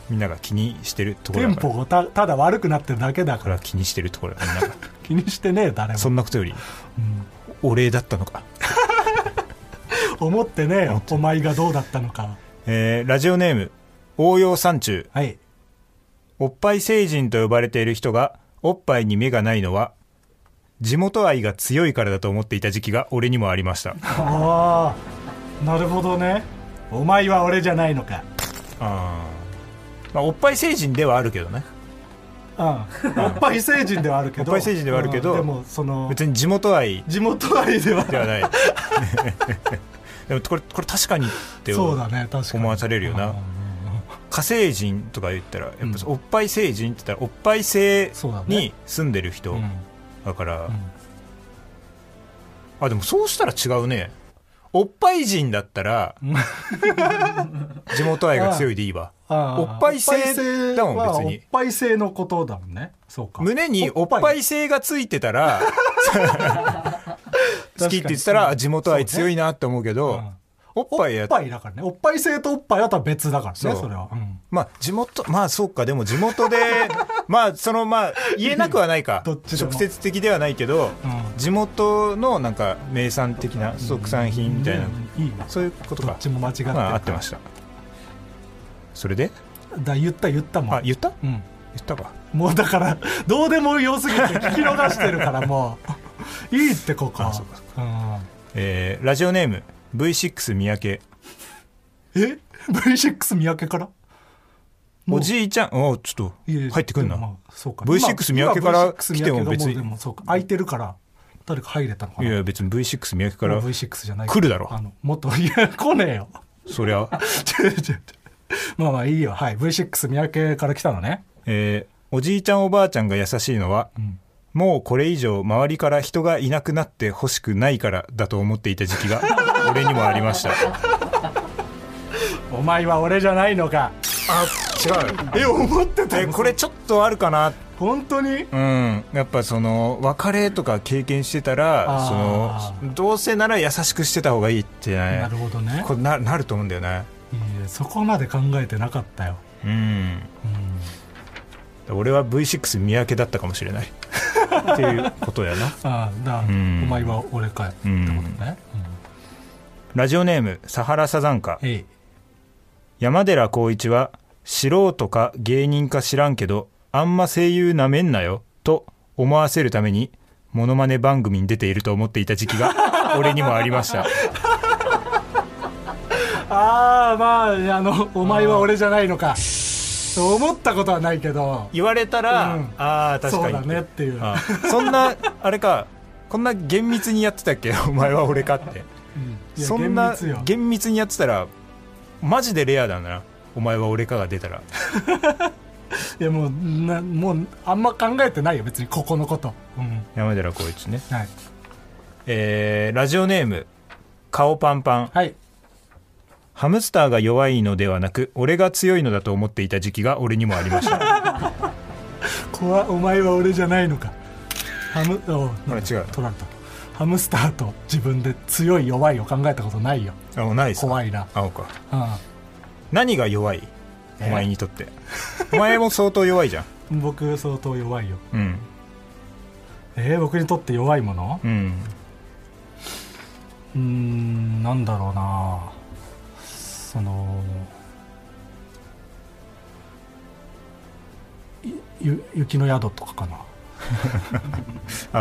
Speaker 2: みんなが気にしてるとこ
Speaker 3: テ
Speaker 2: ろだ
Speaker 3: ン
Speaker 2: から
Speaker 3: ポがたただ悪くなってるだけだ
Speaker 2: こ
Speaker 3: か
Speaker 2: れは
Speaker 3: ら
Speaker 2: 気にしてるところだみんなが
Speaker 3: 気にしてねえ誰も
Speaker 2: そんなことより、お礼だったのか、
Speaker 3: 思ってねえよお前がどうだったのか
Speaker 2: えーラジオネーム応用山中
Speaker 3: はい
Speaker 2: おっぱい星人と呼ばれている人がおっぱいに目がないのは地元愛が強いからだと思っていた時期が俺にもありま した
Speaker 3: ああなるほどねお前は俺じゃないのか
Speaker 2: あーまあ、おっぱい成人ではあるけどね
Speaker 3: うん、おっぱい成人ではあるけど
Speaker 2: おっぱい成人ではあるけど
Speaker 3: うんでもその
Speaker 2: 別に地元愛
Speaker 3: 地元愛では
Speaker 2: ではない でもこれこれ確かにって
Speaker 3: そうだね確かに
Speaker 2: 思わされるよな火星人とか言ったらやっぱ
Speaker 3: うん
Speaker 2: おっぱい成人って言ったらおっぱい星
Speaker 3: そうだね
Speaker 2: に住んでる人
Speaker 3: う
Speaker 2: だ,、
Speaker 3: ん
Speaker 2: から、
Speaker 3: ん
Speaker 2: あでもそうしたら違うねおっぱい人だった ら地元愛が強いでいいわ
Speaker 3: あー
Speaker 2: おっぱい性だもん
Speaker 3: は
Speaker 2: 別に
Speaker 3: おっぱい性のことだもんねそうか
Speaker 2: 胸におっぱい性がついてた ら好きって言った
Speaker 3: 確からに
Speaker 2: 地元愛強いなって思うけど
Speaker 3: うん
Speaker 2: おっぱいや
Speaker 3: おっぱいだからねおっぱい性とおっぱいはまた別だからね
Speaker 2: そう
Speaker 3: それは、うん
Speaker 2: まあ地元まあそうかでも地元 でまあそのまあ言えなくはないか
Speaker 3: どっちでも
Speaker 2: 直接的ではないけど、
Speaker 3: うん
Speaker 2: 地元のなんか名産的な特産品みたいな、
Speaker 3: うんいいね
Speaker 2: そういうこと
Speaker 3: ど
Speaker 2: か
Speaker 3: っちも間違ってる
Speaker 2: まあ合ってましたそれで
Speaker 3: だ言った言ったもん
Speaker 2: あ言った
Speaker 3: うん
Speaker 2: 言ったか
Speaker 3: もうだからどうでもよすぎて聞き逃してるからもういいってここ
Speaker 2: あそうかそ
Speaker 3: うん
Speaker 2: えーラジオネーム V6 三宅
Speaker 3: え V6 三宅からも
Speaker 2: お
Speaker 3: う
Speaker 2: じいちゃんおちょっ
Speaker 3: いやいや
Speaker 2: と入ってくんな
Speaker 3: でもまあそうか
Speaker 2: V6
Speaker 3: 今
Speaker 2: 三宅から
Speaker 3: 今 V6
Speaker 2: 来ても
Speaker 3: 三宅が
Speaker 2: 別に
Speaker 3: うでもそうか空いてるから誰か入れたのか
Speaker 2: い
Speaker 3: な
Speaker 2: や別に V6 三宅から
Speaker 3: もう V6 じゃない
Speaker 2: 来るだろ
Speaker 3: あのもっと いや来ねえよ
Speaker 2: そりゃ、
Speaker 3: ちょちょちょまあまあいいよはい V6 三宅から来たのね
Speaker 2: えーおじいちゃんおばあちゃんが優しいのは、もうこれ以上周りから人がいなくなってほしくないからだと思っていた時期が俺にもあり ました
Speaker 3: お前は俺じゃないのか
Speaker 2: あ違う
Speaker 3: え思って
Speaker 2: えこれちょっとあるかな
Speaker 3: 本当に
Speaker 2: うんやっぱその別れとか経験してた
Speaker 3: あ
Speaker 2: ら
Speaker 3: ー
Speaker 2: そのどうせなら優しくしてた方がいいってね
Speaker 3: なるほどね
Speaker 2: こうななると思うんだよね
Speaker 3: いやそこまで考えてなかったよ
Speaker 2: うん俺は V6 三宅だったかもしれないっていうことやな
Speaker 3: ああだ、
Speaker 2: ん
Speaker 3: お前は俺かよってことね、
Speaker 2: ラジオネームサハラサザンカ
Speaker 3: うんえい
Speaker 2: 山寺宏一は素人か芸人か知らんけどあんま声優なめんなよと思わせるためにモノマネ番組に出ていると思っていた時期が俺にもありました
Speaker 3: ああまああのお前は俺じゃないのかそう思ったことはないけど
Speaker 2: 言われたら、
Speaker 3: うん
Speaker 2: ああ確
Speaker 3: そ
Speaker 2: か
Speaker 3: う
Speaker 2: に
Speaker 3: だねっていう、
Speaker 2: あそんな あれかこんな厳密にやってたっけ お前は俺かって
Speaker 3: うんいや
Speaker 2: そんな
Speaker 3: 厳密よ
Speaker 2: 厳密にやってたらマジでレアだなお前は俺かが出たら
Speaker 3: いやもうなもうあんま考えてないよ別にここのこと、うん
Speaker 2: 山寺宏一ね
Speaker 3: はい、
Speaker 2: えーラジオネーム顔パンパン
Speaker 3: はい、
Speaker 2: ハムスターが弱いのではなく俺が強いのだと思っていた時期が俺にもありました
Speaker 3: 怖お前は俺じゃないのかハムお
Speaker 2: ほら違う
Speaker 3: 取られたハムスターと自分で強い弱いを考えたことないよ
Speaker 2: あもうないですか
Speaker 3: 怖いな、
Speaker 2: 青か
Speaker 3: う
Speaker 2: 何が弱いお
Speaker 3: え
Speaker 2: 前にとって、お前も相当弱いじゃん
Speaker 3: ん、僕相当弱いよ
Speaker 2: うん
Speaker 3: えー、僕にとって弱いもの
Speaker 2: うん
Speaker 3: うーんなんだろうなそのいゆ雪の宿とかかな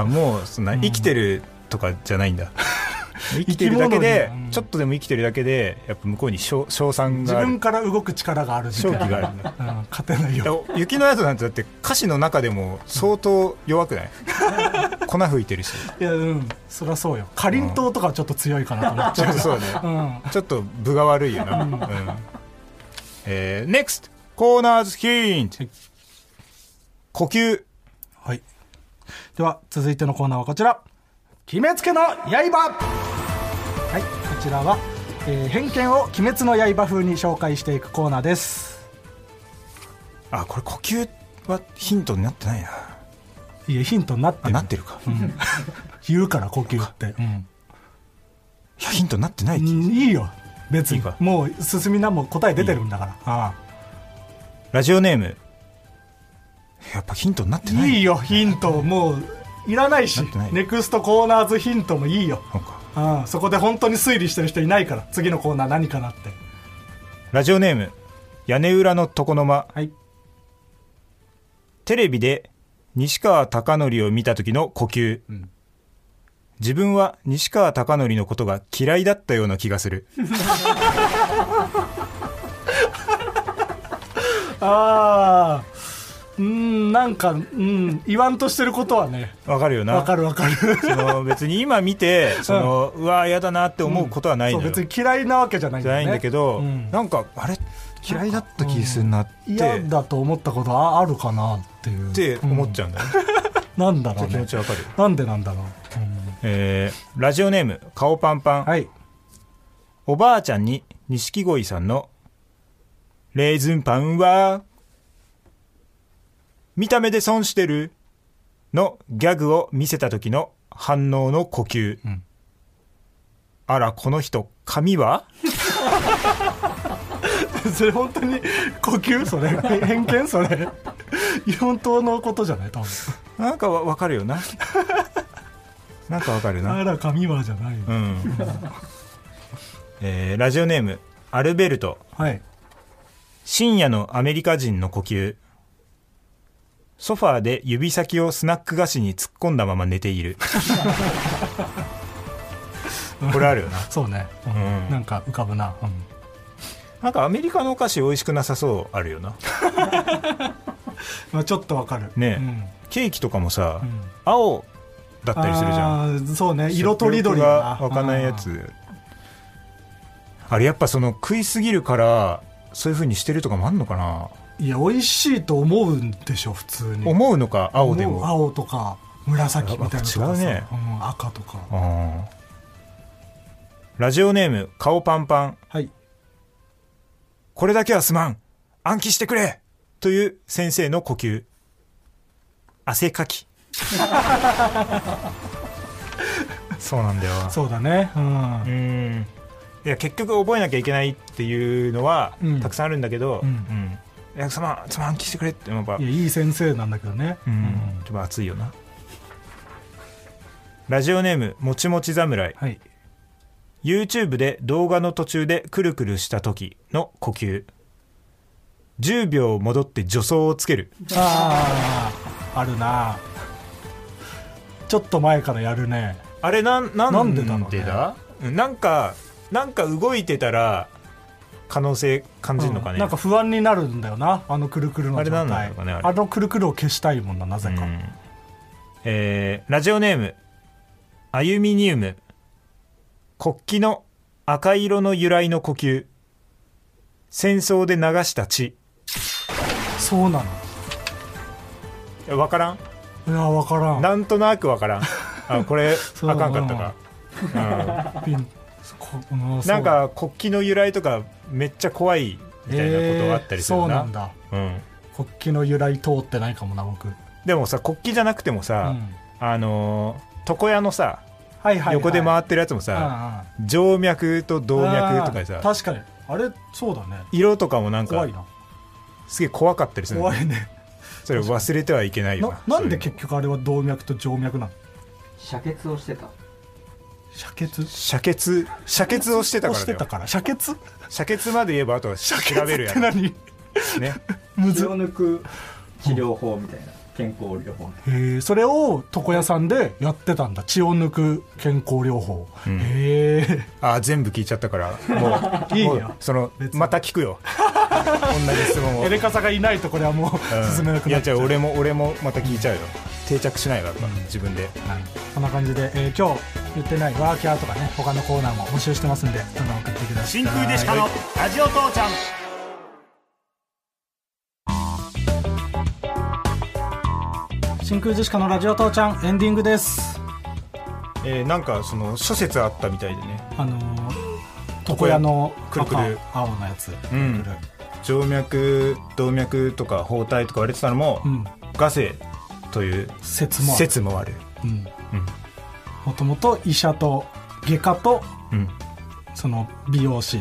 Speaker 2: あもうそんな生きてるとかじゃないん だ生きてるだけで
Speaker 3: 生き物にうん
Speaker 2: ちょっとでも生きてるだけでやっぱ向こうに賞賞賛
Speaker 3: 自
Speaker 2: があ
Speaker 3: 分
Speaker 2: る
Speaker 3: から動く力がある時
Speaker 2: 勝
Speaker 3: 点
Speaker 2: 機があるんだ
Speaker 3: うん、勝てない
Speaker 2: いや
Speaker 3: よ
Speaker 2: 雪の宿なんてだって歌詞の中でも相当弱 くない粉吹いてるし
Speaker 3: いやうんそりゃそうよかりんとうとかはちょっと強いかなと思っち
Speaker 2: ちょ
Speaker 3: ゃ
Speaker 2: っとそうね
Speaker 3: う、うん、
Speaker 2: ちょっと分が悪いよな、うんえー、NEXT コーナーズヒント、
Speaker 3: はい
Speaker 2: 呼吸
Speaker 3: はい。では、続いてのコーナーはこちら。決めつけの刃はい、こちらは、えー偏見を鬼滅の刃風に紹介していくコーナーです。
Speaker 2: あこれ呼吸はヒントになってないない
Speaker 3: や、ヒントになって
Speaker 2: あ
Speaker 3: る。
Speaker 2: なってるか、い
Speaker 3: 言うから、呼吸って。うん
Speaker 2: やヒントになってない、
Speaker 3: いいよ。別
Speaker 2: い
Speaker 3: に
Speaker 2: いか
Speaker 3: もう進みなもう答え出てるんだからあ
Speaker 2: ラジオネームやっぱヒントになって
Speaker 3: あ
Speaker 2: ない
Speaker 3: いいよヒントもういらないし
Speaker 2: なってない
Speaker 3: ネクストコーナーズヒントもいいよ
Speaker 2: そうか
Speaker 3: ああそこで本当に推理してる人いないから次のコーナー何かなって
Speaker 2: ラジオネーム屋根裏の床の間
Speaker 3: はい
Speaker 2: テレビで西川貴教を見た時の呼吸、自分は西川貴教のことが嫌いだったような気がする
Speaker 3: ああうんなんかうん言わんとしてることはね
Speaker 2: わかるよな
Speaker 3: わかるわかる
Speaker 2: その別に今見てその、うわ嫌だなって思うことはない
Speaker 3: そう
Speaker 2: のよ、
Speaker 3: 別に嫌いなわけじゃないん
Speaker 2: じ
Speaker 3: だ
Speaker 2: ゃ
Speaker 3: よ
Speaker 2: な
Speaker 3: ね
Speaker 2: いんだけど、
Speaker 3: うん
Speaker 2: なんかあれ嫌いだった気するなって、
Speaker 3: 嫌
Speaker 2: っ
Speaker 3: だと思ったことああるかなっていう
Speaker 2: て思っ
Speaker 3: ゃ
Speaker 2: ちゃうんだよ、
Speaker 3: うんなんだろ
Speaker 2: ね
Speaker 3: う
Speaker 2: 気持
Speaker 3: ね
Speaker 2: ちわかるよ、
Speaker 3: なんでなんだろう、
Speaker 2: えーラジオネーム顔パンパン、
Speaker 3: はい
Speaker 2: おばあちゃんに錦鯉さんの「レーズンパンは見た目で損してる」のギャグを見せた時の反応の呼吸、
Speaker 3: ん
Speaker 2: あらこの人髪は
Speaker 3: それ本当に呼吸それへ偏見それ本当のことじゃない多分
Speaker 2: なんかわわかるよな なんかわかるな
Speaker 3: あら神はじゃないよ、
Speaker 2: うん、えーラジオネームアルベルト
Speaker 3: はい
Speaker 2: 深夜のアメリカ人の呼吸ソファーで指先をスナック菓子に突っ込んだまま寝ているこれあるよな
Speaker 3: そうね、うん
Speaker 2: うん
Speaker 3: なんか浮かぶな、うん
Speaker 2: なんかアメリカのお菓子美味しくなさそうあるよな
Speaker 3: まあ、ちょっとわかる
Speaker 2: ねえ
Speaker 3: うん
Speaker 2: ケーキとかもさ、
Speaker 3: ん
Speaker 2: 青だったりするじゃん
Speaker 3: あーそうね色とりどり
Speaker 2: 食
Speaker 3: だ
Speaker 2: 欲が
Speaker 3: な
Speaker 2: 湧かないやつあれやっぱその食いすぎるからそういう風にしてるとかもあんのかな
Speaker 3: うんいや美味しいと思うんでしょ普通に
Speaker 2: 思うのか青で
Speaker 3: 思う
Speaker 2: も
Speaker 3: 青とか紫みたいなのとか
Speaker 2: やっぱ違う
Speaker 3: さ
Speaker 2: ね
Speaker 3: うん赤とか
Speaker 2: あーラジオネーム顔パンパン
Speaker 3: はい
Speaker 2: これだけはすまん暗記してくれという先生の呼吸汗か きそうなんだよ
Speaker 3: そうだねうん、
Speaker 2: うーんいや結局覚えなきゃいけないっていうのは、
Speaker 3: うん
Speaker 2: たくさんあるんだけど、
Speaker 3: うん
Speaker 2: うんいやすまんすまん暗記してくれってやっぱ
Speaker 3: いやいい先生なんだけどね、
Speaker 2: うん、ちょっと熱いよなラジオネームもちもち侍
Speaker 3: はい
Speaker 2: YouTube で動画の途中でくるくるした時の呼吸10秒戻って助走をつける
Speaker 3: あああるなちょっと前からやるね
Speaker 2: あれなんなん
Speaker 3: なんでだろうね
Speaker 2: うんなんかなんか動いてたら可能性感じるのかね、
Speaker 3: うんなんか不安になるんだよなあのくるくるの状態
Speaker 2: あれなんなのかねあれ
Speaker 3: のくるくるを消したいもんななぜか、
Speaker 2: うんえーラジオネームアユミニウム国旗の赤色の由来の呼吸戦争で流した血
Speaker 3: そうな
Speaker 2: い
Speaker 3: の
Speaker 2: やわからん
Speaker 3: いや分からん
Speaker 2: なんとなくわからんあこれ
Speaker 3: そう
Speaker 2: あかんかったか、うん
Speaker 3: ピンこうんそう
Speaker 2: なんか国旗の由来とかめっちゃ怖いみたいなことがあったりする
Speaker 3: えーそうな,、
Speaker 2: なん
Speaker 3: だ
Speaker 2: うん、
Speaker 3: 国旗の由来通ってないかもな僕、うん
Speaker 2: でもさ国旗じゃなくてもさ、あのー床屋のさ
Speaker 3: はいはいはい、
Speaker 2: 横で回
Speaker 3: っ
Speaker 2: ってるやつも
Speaker 3: た
Speaker 2: さ、静脈と動脈とかでさ
Speaker 3: 確かにあれそうだね
Speaker 2: 色とかもなん
Speaker 3: 怖
Speaker 2: か
Speaker 3: いな
Speaker 2: すげえ怖かったりするの
Speaker 3: 怖いね
Speaker 2: それ忘れてはいけないよ
Speaker 3: な
Speaker 2: な
Speaker 3: なんで結局あれは動脈と静脈なの
Speaker 5: 射血をしてた
Speaker 3: 遮血
Speaker 2: 射血射血をしてた
Speaker 3: を
Speaker 2: か
Speaker 3: し
Speaker 2: らだ
Speaker 3: て
Speaker 2: よ
Speaker 3: たから遮血
Speaker 2: 射血まで言えばあとは調べるや
Speaker 3: って
Speaker 2: ん
Speaker 3: 何
Speaker 2: ね
Speaker 3: む
Speaker 5: 血
Speaker 3: ず
Speaker 5: を抜く治療法みたいな健康療法
Speaker 3: へーそれを床屋さんでやってたんだ血を抜く健康療法、
Speaker 2: ん
Speaker 3: へえ
Speaker 2: あー全部聞いちゃったからもう
Speaker 3: いいよ
Speaker 2: もうその
Speaker 3: 別に
Speaker 2: また聞く よ同じ質問を、
Speaker 3: エレカサがいないとこれはもう、
Speaker 2: うん
Speaker 3: 進めなく
Speaker 2: い
Speaker 3: な
Speaker 2: や
Speaker 3: っち
Speaker 2: じ
Speaker 3: ゃ
Speaker 2: ゃあ
Speaker 3: う
Speaker 2: 俺も俺もまた聞いちゃうよ定着しないから自分で
Speaker 3: はいこんな感じで、えー今日言ってないワーキャーとかね他のコーナーも募集してますんでどんどん送ってください
Speaker 6: 真空でしかのラジオ父ちゃん
Speaker 3: 真空ジェシカのラジオ父ちゃんエンディングです
Speaker 2: えーなんかその諸説あったみたいでね
Speaker 3: あのー床屋の
Speaker 2: くるくる
Speaker 3: 赤青のやつ、
Speaker 2: うん
Speaker 3: くる
Speaker 2: 静脈動脈とか包帯とか言われてたのも、
Speaker 3: くるうん
Speaker 2: ガセという
Speaker 3: 説もある
Speaker 2: 説もある、
Speaker 3: うんもともと医者と外科と
Speaker 2: うんうん、
Speaker 3: その美容師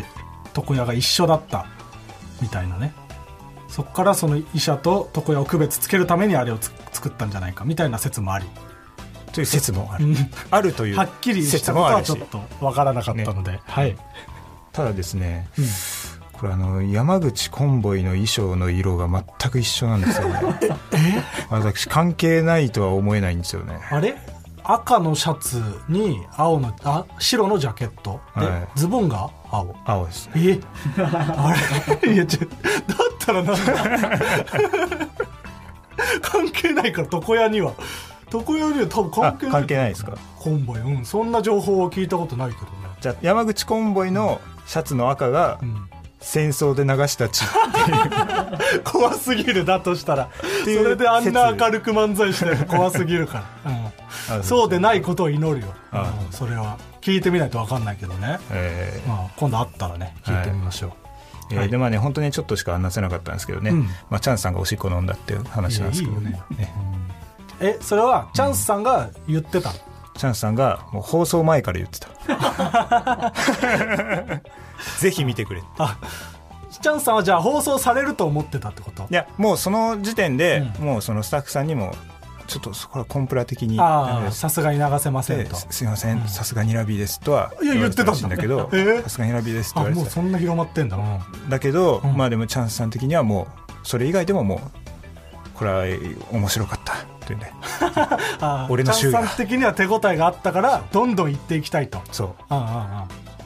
Speaker 3: 床屋が一緒だったみたいなねそこからその医者と床屋を区別つけるためにあれをつ作ったんじゃないかみたいな説もあり
Speaker 2: という説もあ
Speaker 3: う
Speaker 2: る
Speaker 3: ん
Speaker 2: あるという
Speaker 3: はっきりし
Speaker 2: 説
Speaker 3: たこと
Speaker 2: もあ
Speaker 3: は
Speaker 2: る
Speaker 3: ち
Speaker 2: し
Speaker 3: ょっとわからなかったので、はい
Speaker 2: ただですね、
Speaker 3: うん
Speaker 2: これあの山口コンボイの衣装の色が全く一緒なんですよ ね私関係ないとは思えないんですよね
Speaker 3: あれ赤のシャツに青のあ白のジャケットで、
Speaker 2: はい
Speaker 3: ズボンが青
Speaker 2: 青ですね
Speaker 3: えあれい やちょだったらなんだ 関係ないから床屋には床屋には多分
Speaker 2: あ
Speaker 3: 関係ない
Speaker 2: 関係ないですか
Speaker 3: コンボイうんそんな情報は聞いたことないけどね
Speaker 2: じゃあ山口コンボイのシャツの赤が
Speaker 3: うん
Speaker 2: 戦争で流した 血
Speaker 3: 怖すぎるだとしたらそ
Speaker 2: ていう
Speaker 3: れであんな
Speaker 2: 説
Speaker 3: 明るく漫才してるの 怖すぎるから、うん、そうでないことを祈るよ、
Speaker 2: あ
Speaker 3: うんそれは聞いてみないと分かんないけどね、
Speaker 2: えー
Speaker 3: まあ、今度あったらね聞いてみましょう、
Speaker 2: えー
Speaker 3: はい
Speaker 2: でまあね本当にちょっとしか話せなかったんですけどね、
Speaker 3: うん
Speaker 2: まあ、チャンスさんがおしっこ飲んだっていう話なんですけどね
Speaker 3: いやいいよ
Speaker 2: ね
Speaker 3: えそれはチャンスさんが言ってたの、
Speaker 2: チャンスさんがもう放送前から言ってた ぜひ見てくれって
Speaker 3: あチャンスさんはじゃあ放送されると思ってたってこと
Speaker 2: いやもうその時点で、
Speaker 3: う
Speaker 2: もうそのスタッフさんにもちょっとそこはコンプラ的に
Speaker 3: あ
Speaker 2: あ
Speaker 3: あ
Speaker 2: の
Speaker 3: さすがに流せません
Speaker 2: で
Speaker 3: と
Speaker 2: すすいませんさすがにラビーですとはい
Speaker 3: や言ってたんだ
Speaker 2: らしいんだけど
Speaker 3: えー
Speaker 2: さすがにラビーですって
Speaker 3: あ
Speaker 2: 言われ
Speaker 3: も
Speaker 2: て
Speaker 3: う
Speaker 2: た
Speaker 3: そんな広まってんだ、うん
Speaker 2: だけど、
Speaker 3: うん
Speaker 2: まあでもチャンスさん的にはもうそれ以外でももうこれは面白かったという ね
Speaker 3: あー
Speaker 2: 俺の
Speaker 3: チャン
Speaker 2: 週
Speaker 3: ス
Speaker 2: が
Speaker 3: さん的には手応えがあったからどんどん行っていきたいと
Speaker 2: そう
Speaker 3: うんうんうん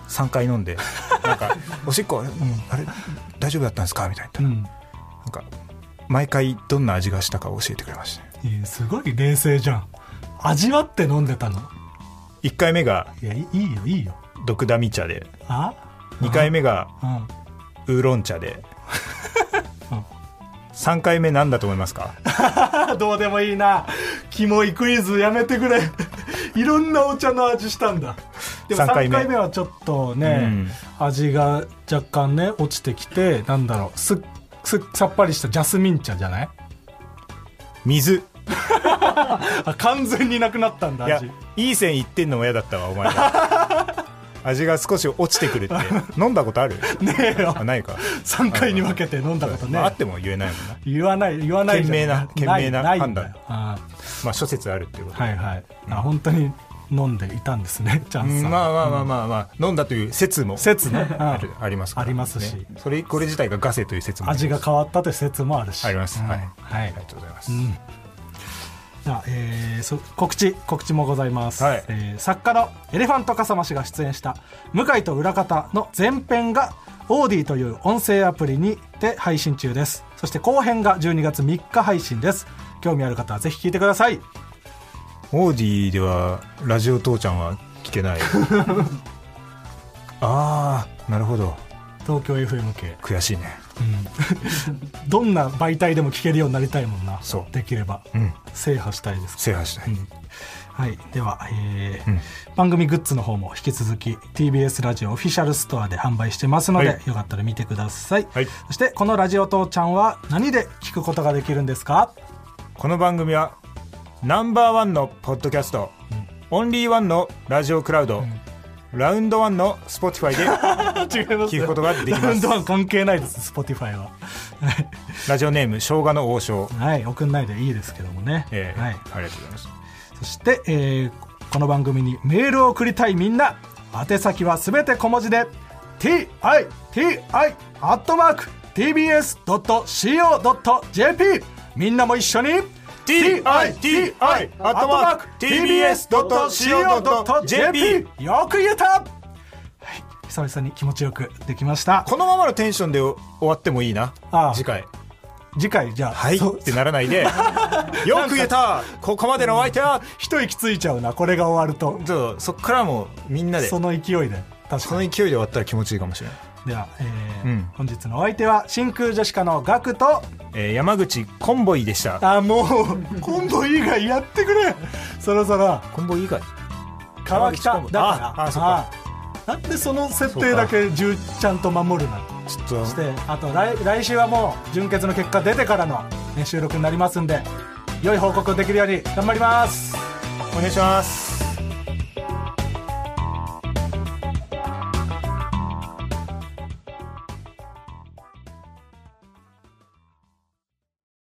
Speaker 2: 3回飲んでなん かおしっこ、うん、あれ大丈夫だったんですかみたいな,、
Speaker 3: うん
Speaker 2: なんか毎回どんな味がしたか教えてくれましたね
Speaker 3: いやすごい冷静じゃん味わって飲んでたの
Speaker 2: 1回目が
Speaker 3: いやいいいよいいよ
Speaker 2: ドダミ茶で
Speaker 3: あ
Speaker 2: 2回目が
Speaker 3: うん
Speaker 2: ウーロン茶で
Speaker 3: うん
Speaker 2: 3回目なんだと思いますか
Speaker 3: あどうでもいいなキモいクイズやめてくれ いろんなお茶の味したんだでも3
Speaker 2: 三
Speaker 3: 回
Speaker 2: 回
Speaker 3: 目
Speaker 2: 目
Speaker 3: はちょっとね、味が若干ね落ちてきてなんだろうすすさっぱりしたジャスミン茶じゃない
Speaker 2: 水
Speaker 3: あ完全になくなったんだ
Speaker 2: いや
Speaker 3: 味
Speaker 2: いい線いってんのも嫌だったわお前ら 味が少し落ちてくるって飲んだことある
Speaker 3: ねえよ
Speaker 2: あない か、
Speaker 3: 3回に分けて飲んだことね、
Speaker 2: まあ、あっても言えないもんな、
Speaker 3: 言わない言わないじゃん
Speaker 2: 賢明ない賢明ない
Speaker 3: ん
Speaker 2: 判
Speaker 3: だ
Speaker 2: 断
Speaker 3: よあ
Speaker 2: まあ、諸説あるっていうことで
Speaker 3: はいはい、あ本当に飲んでいたんですねチャ
Speaker 2: う
Speaker 3: ンス
Speaker 2: ん
Speaker 3: さん、
Speaker 2: まあまあまあまあまあ、飲んだという説も
Speaker 3: 説 ね、うん
Speaker 2: あるありますから
Speaker 3: ありますし
Speaker 2: それこれ自体がガセという説もあります
Speaker 3: 味が変わったという説もあるし
Speaker 2: あります
Speaker 3: うん
Speaker 2: は
Speaker 3: はいい、
Speaker 2: ありがとうございます、
Speaker 3: うんじゃあえーそ告知告知もございます、
Speaker 2: はい
Speaker 3: えー作家のエレファントカサマ氏が出演した「向井と裏方」の前編がオーディという音声アプリにて配信中ですそして後編が12月3日配信です興味ある方はぜひ聞いてください
Speaker 2: オーディではラジオ父ちゃんは聞け ないああなるほど
Speaker 3: 東京 FM 系
Speaker 2: 悔しいね
Speaker 3: どんな媒体でも聞けるようになりたいもんな
Speaker 2: そう
Speaker 3: できれば、
Speaker 2: うん
Speaker 3: 制覇したいです
Speaker 2: 制覇したい、
Speaker 3: はい、では、えー番組グッズの方も引き続き TBS ラジオオフィシャルストアで販売してますので、
Speaker 2: はい
Speaker 3: よかったら見てください、
Speaker 2: はい
Speaker 3: そしてこの「ラジオ父ちゃん」は何で聞くことができるんですか
Speaker 2: この番組はナンバーワンのポッドキャスト、オンリーワンのラジオクラウド、ラウンドワンの Spotify で
Speaker 3: 違います
Speaker 2: 聞くことができます
Speaker 3: ラウンドワン関係ないです Spotify は はい
Speaker 2: ラジオネーム生姜の王将、
Speaker 3: はい送んないでいいですけどもね、
Speaker 2: えー
Speaker 3: はい、
Speaker 2: ありがとうございます
Speaker 3: そして、えーこの番組にメールを送りたいみんな宛先はすべて小文字で TITI-TBS.CO.JP みんなも一緒に
Speaker 2: TITI@tbs.co.jp
Speaker 3: よく言えた、はい、久々に気持ちよくできました
Speaker 2: このままのテンションで終わってもいいな
Speaker 3: ああ
Speaker 2: 次回
Speaker 3: 次回じゃあ
Speaker 2: はい
Speaker 3: そ
Speaker 2: ってならないでよく言えたここまでのお相手は
Speaker 3: 一息ついちゃうなこれが終わると
Speaker 2: ちょっとそっからもうみんなで
Speaker 3: そ
Speaker 2: そ
Speaker 3: の勢いで確か
Speaker 2: の
Speaker 3: に
Speaker 2: 勢いで終わったら気持ちいいかもしれない、
Speaker 3: では、え
Speaker 2: う
Speaker 3: ー
Speaker 2: ん
Speaker 3: 本日のお相手は真空ジェシカのガクと
Speaker 2: えー山口コンボイでした
Speaker 3: あもう今度以外やってくれそろそろ
Speaker 2: コンボイ以外
Speaker 3: 川北だ
Speaker 2: 川北
Speaker 3: から
Speaker 2: ああそっか
Speaker 3: あなんでその設定だけじゅちゃんと守るな
Speaker 2: ちょっと
Speaker 3: してあと来来週はもう準決の結果出てからの、ね、収録になりますんで良い報告できるように頑張ります
Speaker 2: お願いします